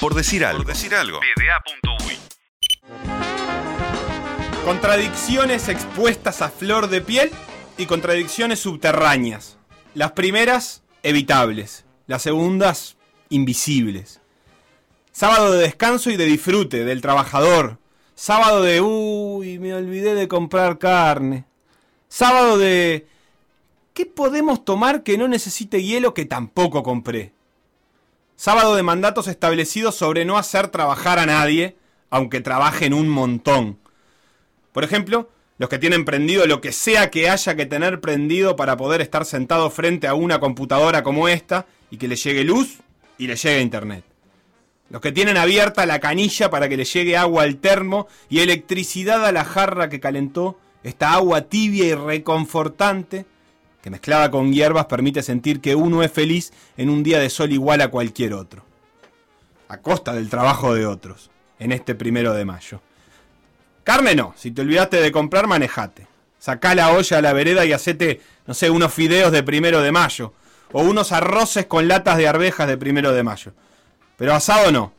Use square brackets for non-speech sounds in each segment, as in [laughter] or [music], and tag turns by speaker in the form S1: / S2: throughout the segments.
S1: Por decir algo.
S2: Por decir algo.
S3: PDA.uy.
S4: Contradicciones expuestas a flor de piel y contradicciones subterráneas. Las primeras, evitables. Las segundas, invisibles. Sábado de descanso y de disfrute del trabajador. Sábado de, uy, me olvidé de comprar carne. Sábado de, ¿qué podemos tomar que no necesite hielo que tampoco compré? Sábado de mandatos establecidos sobre no hacer trabajar a nadie, aunque trabajen un montón. Por ejemplo, los que tienen prendido lo que sea que haya que tener prendido para poder estar sentado frente a una computadora como esta y que le llegue luz y le llegue internet. Los que tienen abierta la canilla para que le llegue agua al termo y electricidad a la jarra que calentó, esta agua tibia y reconfortante que mezclada con hierbas permite sentir que uno es feliz en un día de sol igual a cualquier otro, a costa del trabajo de otros, en este primero de mayo. Carne no, si te olvidaste de comprar, manejate. Sacá la olla a la vereda y hacete, no sé, unos fideos de primero de mayo, o unos arroces con latas de arvejas de primero de mayo. Pero asado no.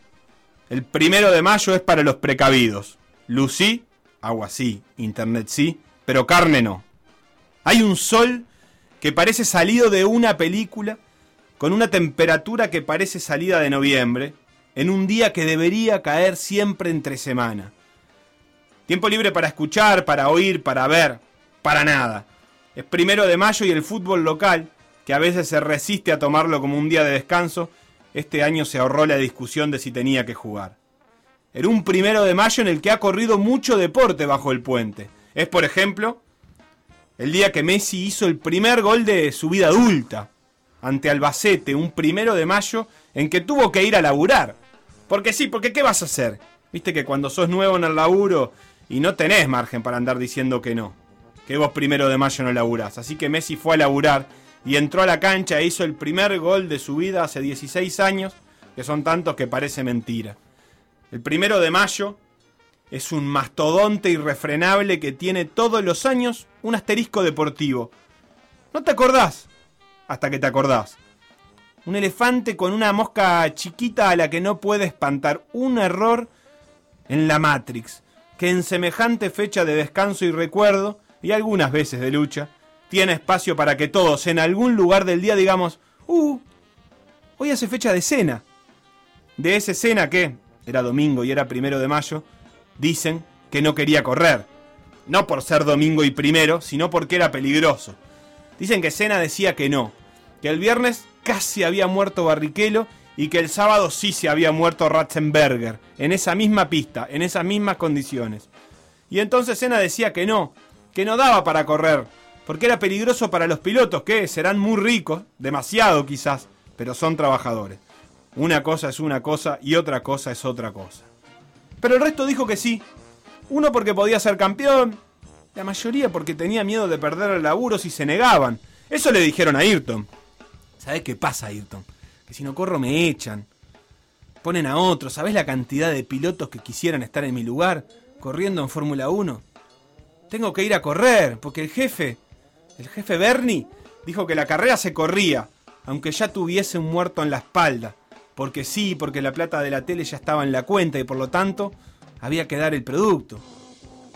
S4: El primero de mayo es para los precavidos. Luz sí, agua sí, internet sí, pero carne no. Hay un sol que parece salido de una película, con una temperatura que parece salida de noviembre, en un día que debería caer siempre entre semana. Tiempo libre para escuchar, para oír, para ver, para nada. Es primero de mayo y el fútbol local, que a veces se resiste a tomarlo como un día de descanso, este año se ahorró la discusión de si tenía que jugar. En un primero de mayo en el que ha corrido mucho deporte bajo el puente. Es, por ejemplo, el día que Messi hizo el primer gol de su vida adulta ante Albacete, un primero de mayo, en que tuvo que ir a laburar. Porque sí, porque ¿qué vas a hacer? Viste que cuando sos nuevo en el laburo y no tenés margen para andar diciendo que no, que vos primero de mayo no laburás. Así que Messi fue a laburar y entró a la cancha e hizo el primer gol de su vida hace 16 años, que son tantos que parece mentira. El primero de mayo es un mastodonte irrefrenable que tiene todos los años un asterisco deportivo. No te acordás hasta que te acordás. Un elefante con una mosca chiquita a la que no puede espantar. Un error en la Matrix, que en semejante fecha de descanso y recuerdo, y algunas veces de lucha, tiene espacio para que todos en algún lugar del día digamos, uh, hoy hace fecha de cena. De esa cena que, era domingo y era primero de mayo, dicen que no quería correr. No por ser domingo y primero, sino porque era peligroso. Dicen que Cena decía que no, que el viernes casi había muerto Barrichello y que el sábado sí se había muerto Ratzenberger, en esa misma pista, en esas mismas condiciones. Y entonces Cena decía que no, que no daba para correr, porque era peligroso para los pilotos, que serán muy ricos, demasiado quizás, pero son trabajadores. Una cosa es una cosa y otra cosa es otra cosa. Pero el resto dijo que sí. Uno porque podía ser campeón, la mayoría porque tenía miedo de perder el laburo si se negaban. Eso le dijeron a Ayrton. ¿Sabés qué pasa, Ayrton? Que si no corro me echan. Ponen a otro. ¿Sabés la cantidad de pilotos que quisieran estar en mi lugar corriendo en Fórmula 1? Tengo que ir a correr, porque el jefe, el jefe Bernie, dijo que la carrera se corría, aunque ya tuviese un muerto en la espalda porque sí, porque la plata de la tele ya estaba en la cuenta y por lo tanto había que dar el producto.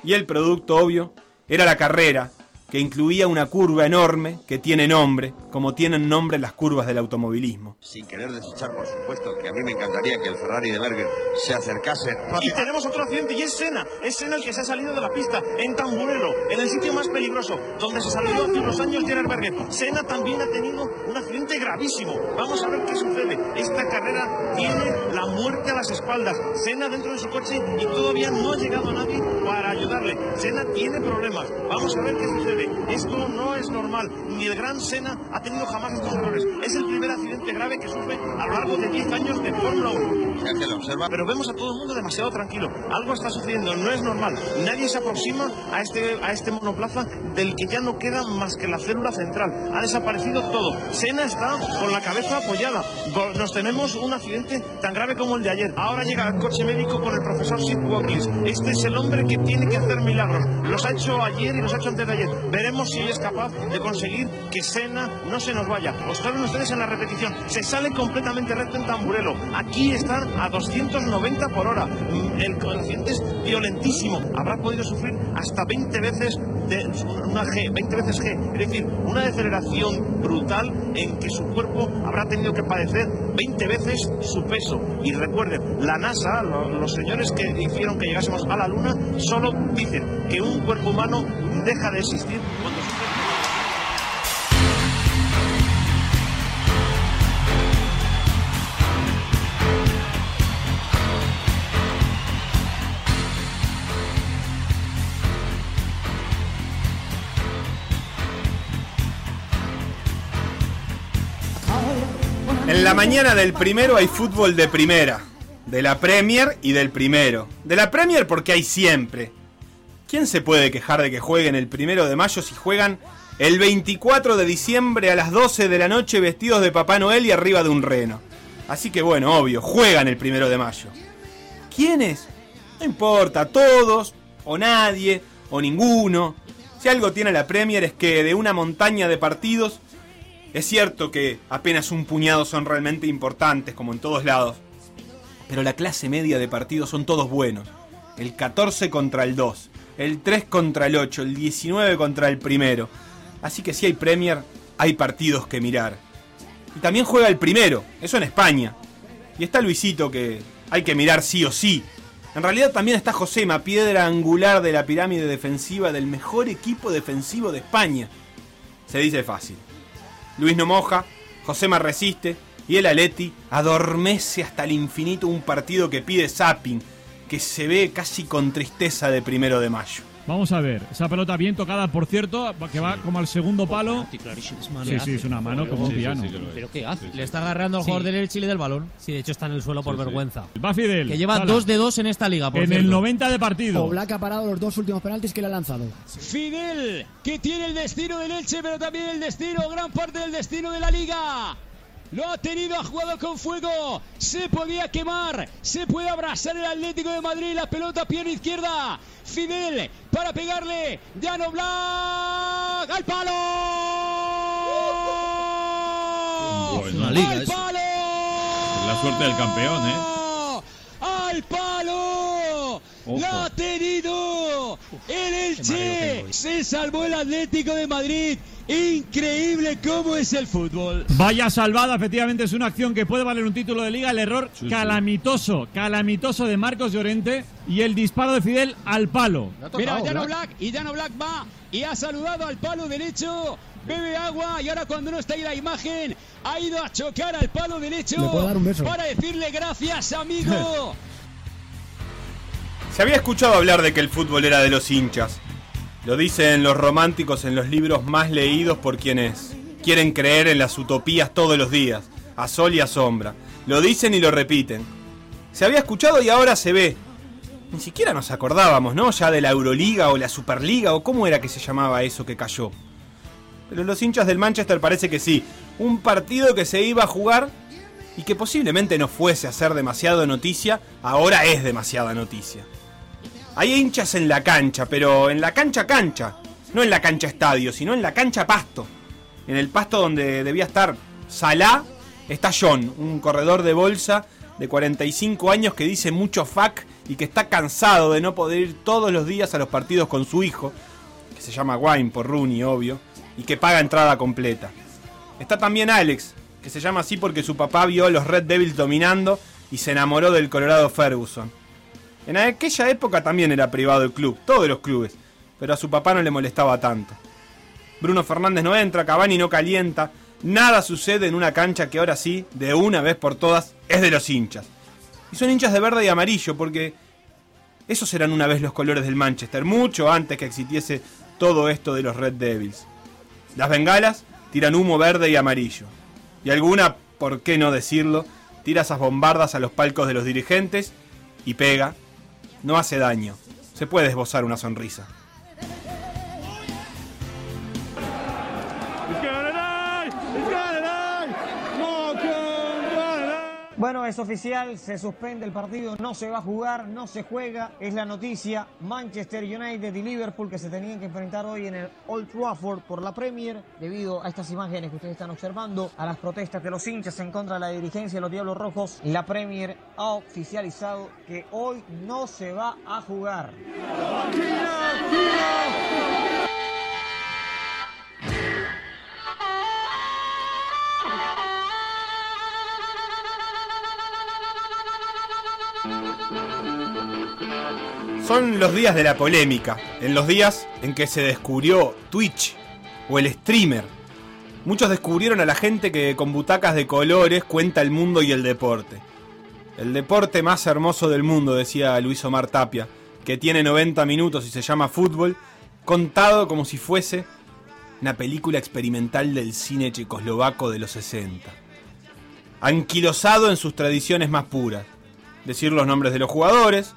S4: Y el producto, obvio, era la carrera, que incluía una curva enorme que tiene nombre, como tienen nombre las curvas del automovilismo.
S5: Sin querer desechar, por supuesto, que a mí me encantaría que el Ferrari de Berger se acercase.
S6: Y tenemos otro accidente y es Senna. Es Senna el que se ha salido de la pista en Tamburero, en el sitio más peligroso, donde se salió hace unos años Gerard Berger. Senna también ha tenido un accidente gravísimo. Vamos a ver qué sucede. Esta carrera tiene la muerte a las espaldas. Senna dentro de su coche y todavía no ha llegado a nadie para ayudarle. Senna tiene problemas. Vamos a ver qué sucede. Esto no es normal. Ni el gran Senna ha tenido jamás estos errores. Es el primer accidente grave que sufre a lo largo de 10 años de Fórmula 1.
S5: Ya que lo observa,
S6: Pero vemos a todo el mundo demasiado tranquilo. Algo está sucediendo, no es normal. Nadie se aproxima a este, a este monoplaza del que ya no queda más que la célula central. Ha desaparecido todo. Senna está con la cabeza apoyada. Go- Nos tenemos un accidente tan grave como gol de ayer. Ahora llega el coche médico con el profesor Sid Watkins. Este es el hombre que tiene que hacer milagros. Los ha hecho ayer y los ha hecho antes de ayer. Veremos si es capaz de conseguir que Sena no se nos vaya. Observen ustedes en la repetición. Se sale completamente recto en tamburelo. Aquí están a 290 por hora. El coeficiente es violentísimo. Habrá podido sufrir hasta 20 veces de una G, 20 veces G. Es decir, una deceleración brutal en que su cuerpo habrá tenido que padecer 20 veces su peso. Y recuerden, la NASA, lo- los señores que hicieron que llegásemos a la Luna, solo dicen que un cuerpo humano deja de existir cuando sufre.
S4: En la mañana del primero hay fútbol de primera, de la Premier y del primero. De la Premier porque hay siempre. ¿Quién se puede quejar de que jueguen el primero de mayo si juegan el 24 de diciembre a las 12 de la noche vestidos de Papá Noel y arriba de un reno? Así que bueno, obvio, juegan el primero de mayo. ¿Quiénes? No importa, todos, o nadie, o ninguno. Si algo tiene la Premier es que de una montaña de partidos es cierto que apenas un puñado son realmente importantes, como en todos lados. Pero la clase media de partidos son todos buenos. El 14 contra el 2, el 3 contra el 8, el 19 contra el primero. Así que si hay Premier, hay partidos que mirar. Y también juega el primero, eso en España. Y está Luisito que hay que mirar sí o sí. En realidad también está Josema, piedra angular de la pirámide defensiva del mejor equipo defensivo de España. Se dice fácil. Luis no moja, Josema resiste y el Aleti adormece hasta el infinito un partido que pide zapping, que se ve casi con tristeza de primero de mayo.
S7: Vamos a ver, esa pelota bien tocada, por cierto, que va como al segundo palo.
S8: Sí, clarísimo, es mano
S7: Sí,
S8: que
S7: sí,
S8: hace.
S7: es una mano como un piano.
S8: ¿Pero qué hace?
S2: Le está agarrando al
S8: Sí.
S2: jugador del Elche y le da el balón. Sí, de hecho está en el suelo por vergüenza.
S7: Va Fidel.
S2: Que lleva
S7: Sala.
S2: dos de dos en esta liga, por
S7: En
S2: cierto.
S7: el 90 de partido.
S9: Oblak ha parado los dos últimos penaltis que le ha lanzado.
S10: Fidel, que tiene el destino del Elche, pero también el destino, gran parte del destino de la liga. Lo ha tenido, ha jugado con fuego, se podía quemar, se puede abrazar el Atlético de Madrid, la pelota pierna izquierda. Fidel para pegarle, Jan Oblak al palo.
S11: Bueno. Una liga,
S10: ¡Al
S11: eso.
S10: palo!
S11: La suerte del campeón, ¿eh?
S10: ¡Al palo! ¡La ha tenido! ¡El Elche! ¡Se salvó el Atlético de Madrid! ¡Increíble cómo es el fútbol!
S7: Vaya salvada, efectivamente es una acción que puede valer un título de liga. El error
S11: Sí, sí.
S7: calamitoso, calamitoso de Marcos Llorente y el disparo de Fidel al palo.
S10: Mira,
S9: ¿eh?
S10: Jan Black y Jan Black va y ha saludado al palo derecho. Bebe agua y ahora cuando no está ahí la imagen ha ido a chocar al palo derecho
S9: Le puedo dar un beso.
S10: para decirle
S9: [laughs]
S10: gracias amigo.
S4: Se había escuchado hablar de que el fútbol era de los hinchas. Lo dicen los románticos en los libros más leídos por quienes quieren creer en las utopías todos los días, a sol y a sombra. Lo dicen y lo repiten. Se había escuchado y ahora se ve. Ni siquiera nos acordábamos, ¿no? Ya de la Euroliga o la Superliga o cómo era que se llamaba eso que cayó. Pero los hinchas del Manchester parece que sí. Un partido que se iba a jugar y que posiblemente no fuese a ser demasiado noticia, ahora es demasiada noticia. Hay hinchas en la cancha, pero en la cancha cancha. No en la cancha estadio, sino en la cancha pasto. En el pasto donde debía estar Salah está John, un corredor de bolsa de 45 años que dice mucho fuck y que está cansado de no poder ir todos los días a los partidos con su hijo, que se llama Wine por Rooney, obvio, y que paga entrada completa. Está también Alex, que se llama así porque su papá vio a los Red Devils dominando y se enamoró del Colorado Ferguson. En aquella época también era privado el club, todos los clubes, pero a su papá no le molestaba tanto. Bruno Fernández no entra, Cavani no calienta, nada sucede en una cancha que ahora sí, de una vez por todas, es de los hinchas. Y son hinchas de verde y amarillo porque esos eran una vez los colores del Manchester, mucho antes que existiese todo esto de los Red Devils. Las bengalas tiran humo verde y amarillo. Y alguna, por qué no decirlo, tira esas bombardas a los palcos de los dirigentes y pega. No hace daño. Se puede esbozar una sonrisa. uh,
S2: Bueno, es oficial, se suspende el partido, no se va a jugar, no se juega, es la noticia. Manchester United y Liverpool que se tenían que enfrentar hoy en el Old Trafford por la Premier, debido a estas imágenes que ustedes están observando, a las protestas de los hinchas en contra de la dirigencia de los Diablos Rojos, la Premier ha oficializado que hoy no se va a jugar.
S4: Son los días de la polémica, en los días en que se descubrió Twitch o el streamer. Muchos descubrieron a la gente que con butacas de colores cuenta el mundo y el deporte. El deporte más hermoso del mundo, decía Luis Omar Tapia, que tiene 90 minutos y se llama fútbol, contado como si fuese una película experimental del cine checoslovaco de los 60. Anquilosado en sus tradiciones más puras. Decir los nombres de los jugadores,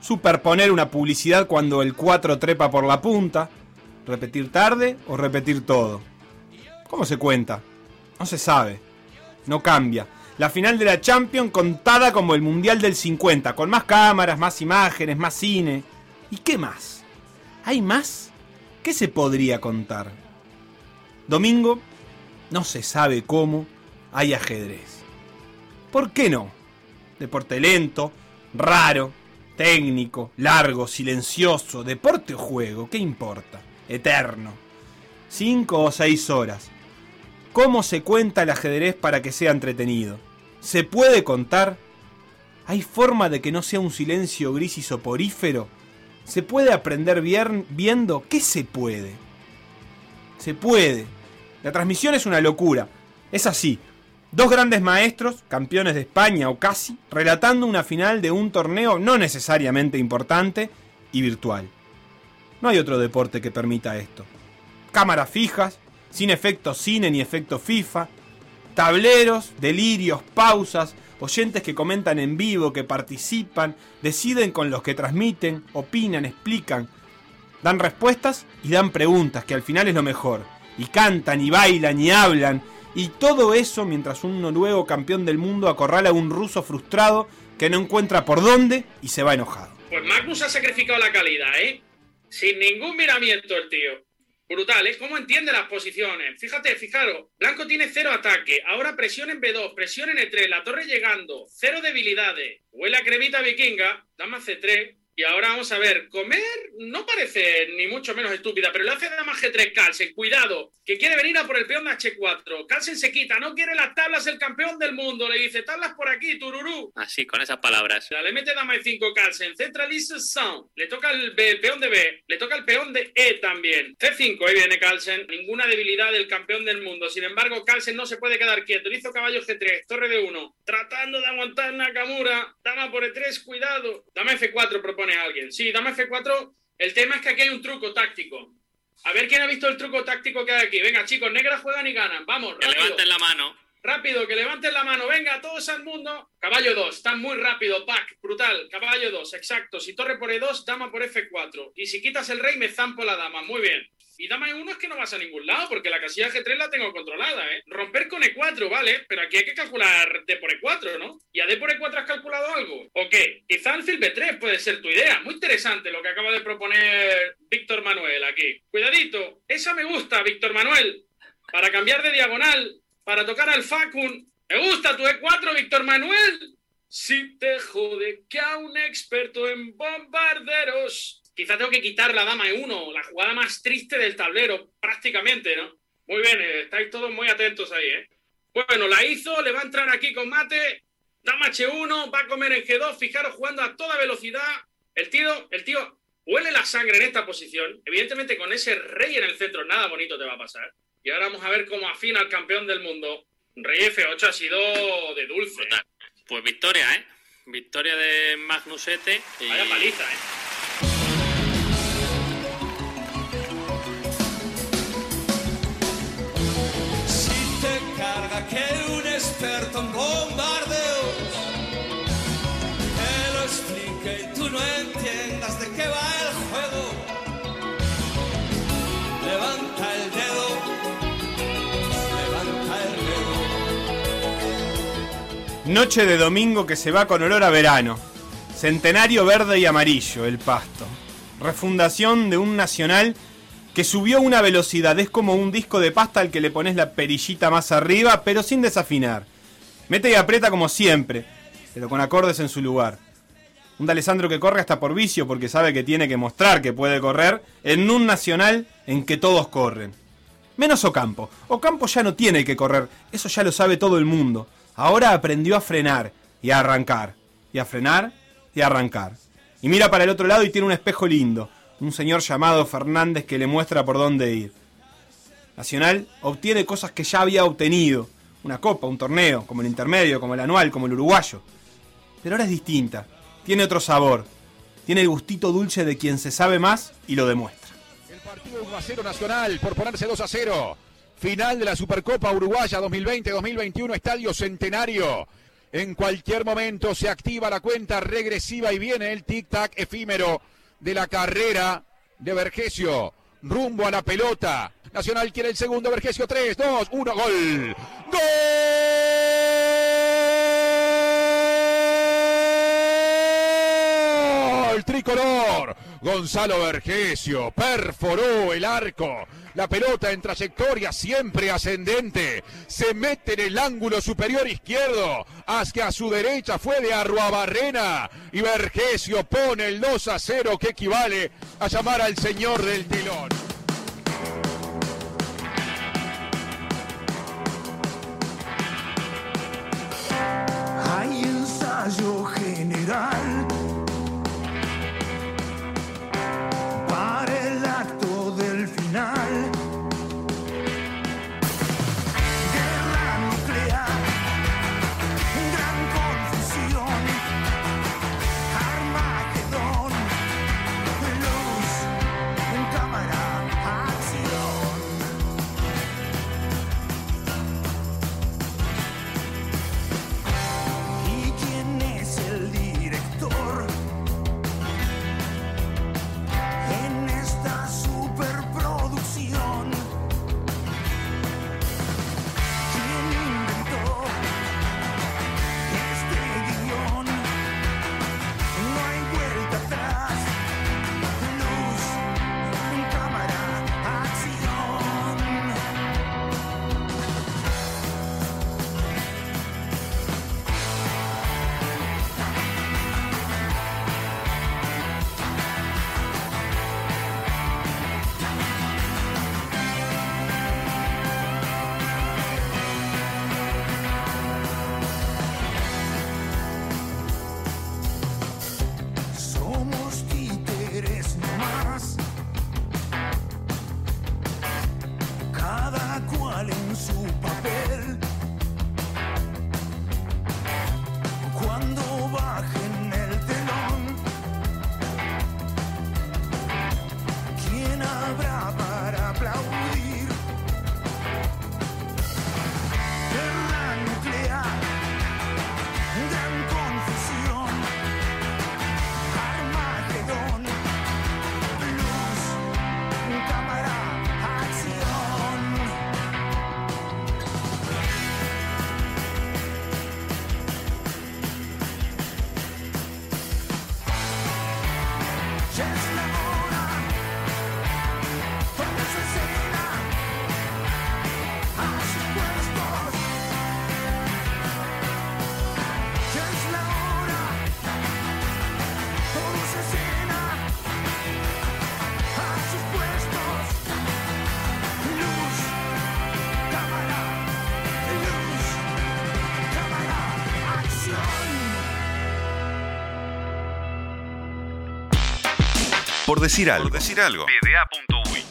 S4: superponer una publicidad cuando el 4 trepa por la punta, repetir tarde o repetir todo. ¿Cómo se cuenta? No se sabe. No cambia. La final de la Champions contada como el Mundial del 50, con más cámaras, más imágenes, más cine. ¿Y qué más? ¿Hay más? ¿Qué se podría contar? Domingo, no se sabe cómo, hay ajedrez. ¿Por qué no? Deporte lento, raro, técnico, largo, silencioso, deporte o juego, ¿qué importa? Eterno. Cinco o seis horas. ¿Cómo se cuenta el ajedrez para que sea entretenido? ¿Se puede contar? ¿Hay forma de que no sea un silencio gris y soporífero? ¿Se puede aprender bien- viendo? ¿Qué se puede? Se puede. La transmisión es una locura. Es así. Dos grandes maestros, campeones de España o casi, relatando una final de un torneo no necesariamente importante y virtual. No hay otro deporte que permita esto. Cámaras fijas, sin efecto cine ni efecto FIFA, tableros, delirios, pausas, oyentes que comentan en vivo, que participan, deciden con los que transmiten, opinan, explican, dan respuestas y dan preguntas, que al final es lo mejor. Y cantan, y bailan, y hablan. Y todo eso mientras un noruego campeón del mundo acorrala a un ruso frustrado que no encuentra por dónde y se va enojado.
S7: Pues Magnus ha sacrificado la calidad, ¿eh? Sin ningún miramiento el tío. Brutal, ¿eh? ¿Cómo entiende las posiciones? Fíjate, fijaros. Blanco tiene cero ataque. Ahora presión en B2, presión en E3. La torre llegando. Cero debilidades. Huele a cremita vikinga. Dama C3. Y ahora vamos a ver. Comer no parece ni mucho menos estúpida, pero le hace dama G3 Carlsen. Cuidado, que quiere venir a por el peón de H4. Carlsen se quita. No quiere las tablas el campeón del mundo. Le dice tablas por aquí, tururú.
S12: Así, con esas palabras.
S7: La le mete dama E5 Carlsen, centralización, le toca el, B- el peón de B, le toca el peón de E también. C5, ahí viene Carlsen, ninguna debilidad del campeón del mundo. Sin embargo, Carlsen no se puede quedar quieto, le hizo caballo G3, torre de 1, tratando de aguantar Nakamura, dama por E3, cuidado. Dama F4 propone a alguien. Sí, dama F4, el tema es que aquí hay un truco táctico. A ver quién ha visto el truco táctico que hay aquí. Venga, chicos, negras juegan y ganan. Vamos,
S12: Que
S7: rápido.
S12: levanten la mano.
S7: Rápido, que levanten la mano. Venga, todos al mundo. Caballo 2, están muy rápido. Pack, brutal. Caballo 2, exacto. Si torre por E2, dama por F4. Y si quitas el rey, me zampo la dama. Muy bien. Y dama E1 es que no vas a ningún lado, porque la casilla G3 la tengo controlada, ¿eh? Romper con E4, vale, pero aquí hay que calcular D por E4, ¿no? ¿Y a D por E4 has calculado algo? ¿O qué? Quizá alfil B3 puede ser tu idea. Muy interesante lo que acaba de proponer Víctor Manuel aquí. Cuidadito, esa me gusta, Víctor Manuel. Para cambiar de diagonal, para tocar al Facun. Me gusta tu E4, Víctor Manuel. Si te jode que a un experto en bombarderos. Quizá tengo que quitar la dama E1, la jugada más triste del tablero, prácticamente, ¿no? Muy bien, eh, estáis todos muy atentos ahí, ¿eh? Bueno, la hizo, le va a entrar aquí con mate. Dama H1, va a comer en G2, fijaros jugando a toda velocidad. El tío, el tío huele la sangre en esta posición. Evidentemente con ese rey en el centro nada bonito te va a pasar. Y ahora vamos a ver cómo afina el campeón del mundo. Rey F8 ha sido de dulce.
S12: Pues victoria, ¿eh? Victoria de Magnusete. Y...
S7: Vaya paliza, ¿eh?
S13: Si te carga que un experto en bombardeos te lo explique y tú no entiendas de qué va el juego, levanta el dedo, levanta el dedo.
S4: Noche de domingo que se va con olor a verano. Centenario verde y amarillo, el pasto. Refundación de un nacional que subió a una velocidad. Es como un disco de pasta al que le pones la perillita más arriba, pero sin desafinar. Mete y aprieta como siempre, pero con acordes en su lugar. Un D'Alessandro que corre hasta por vicio porque sabe que tiene que mostrar que puede correr en un nacional en que todos corren. Menos Ocampo. Ocampo ya no tiene que correr, eso ya lo sabe todo el mundo. Ahora aprendió a frenar y a arrancar, y a frenar y a arrancar. Y mira para el otro lado y tiene un espejo lindo, un señor llamado Fernández que le muestra por dónde ir. Nacional obtiene cosas que ya había obtenido, una copa, un torneo, como el intermedio, como el anual, como el uruguayo. Pero ahora es distinta, tiene otro sabor, tiene el gustito dulce de quien se sabe más y lo demuestra.
S10: Partido 1 a 0 Nacional por ponerse 2 a 0. Final de la Supercopa Uruguaya 2020-2021, Estadio Centenario. En cualquier momento se activa la cuenta regresiva y viene el tic-tac efímero de la carrera de Vergesio. Rumbo a la pelota. Nacional quiere el segundo, Vergesio 3, 2, 1, gol. ¡Gol! Tricolor. Gonzalo Vergesio perforó el arco. La pelota en trayectoria siempre ascendente. Se mete en el ángulo superior izquierdo. Hacia su derecha fue de Arruabarrena. Y Vergesio pone el 2 a 0 que equivale a llamar al señor del telón.
S6: Hay ensayo general para el acto del final. Guerra nuclear, gran confusión, Armagedón, luz en cámara, acción. ¿Y quién es el director? en esta superproducción. ¿Quién inventó este guión? No hay vuelta atrás. Luz, cámara, acción. Somos títeres nomás, cada cual en su papel. Cuando bajen el telón, ¿quién habrá para aplaudir? Guerra nuclear, gran confusión. Armagedón, luz, cámara, acción. Ya es la hora, vamos a escena, a sus puestos. Ya es la hora, vamos a escena, a sus puestos. Luz, cámara, luz, cámara, acción.
S14: Por decir algo. Por decir algo.
S15: PDA.uy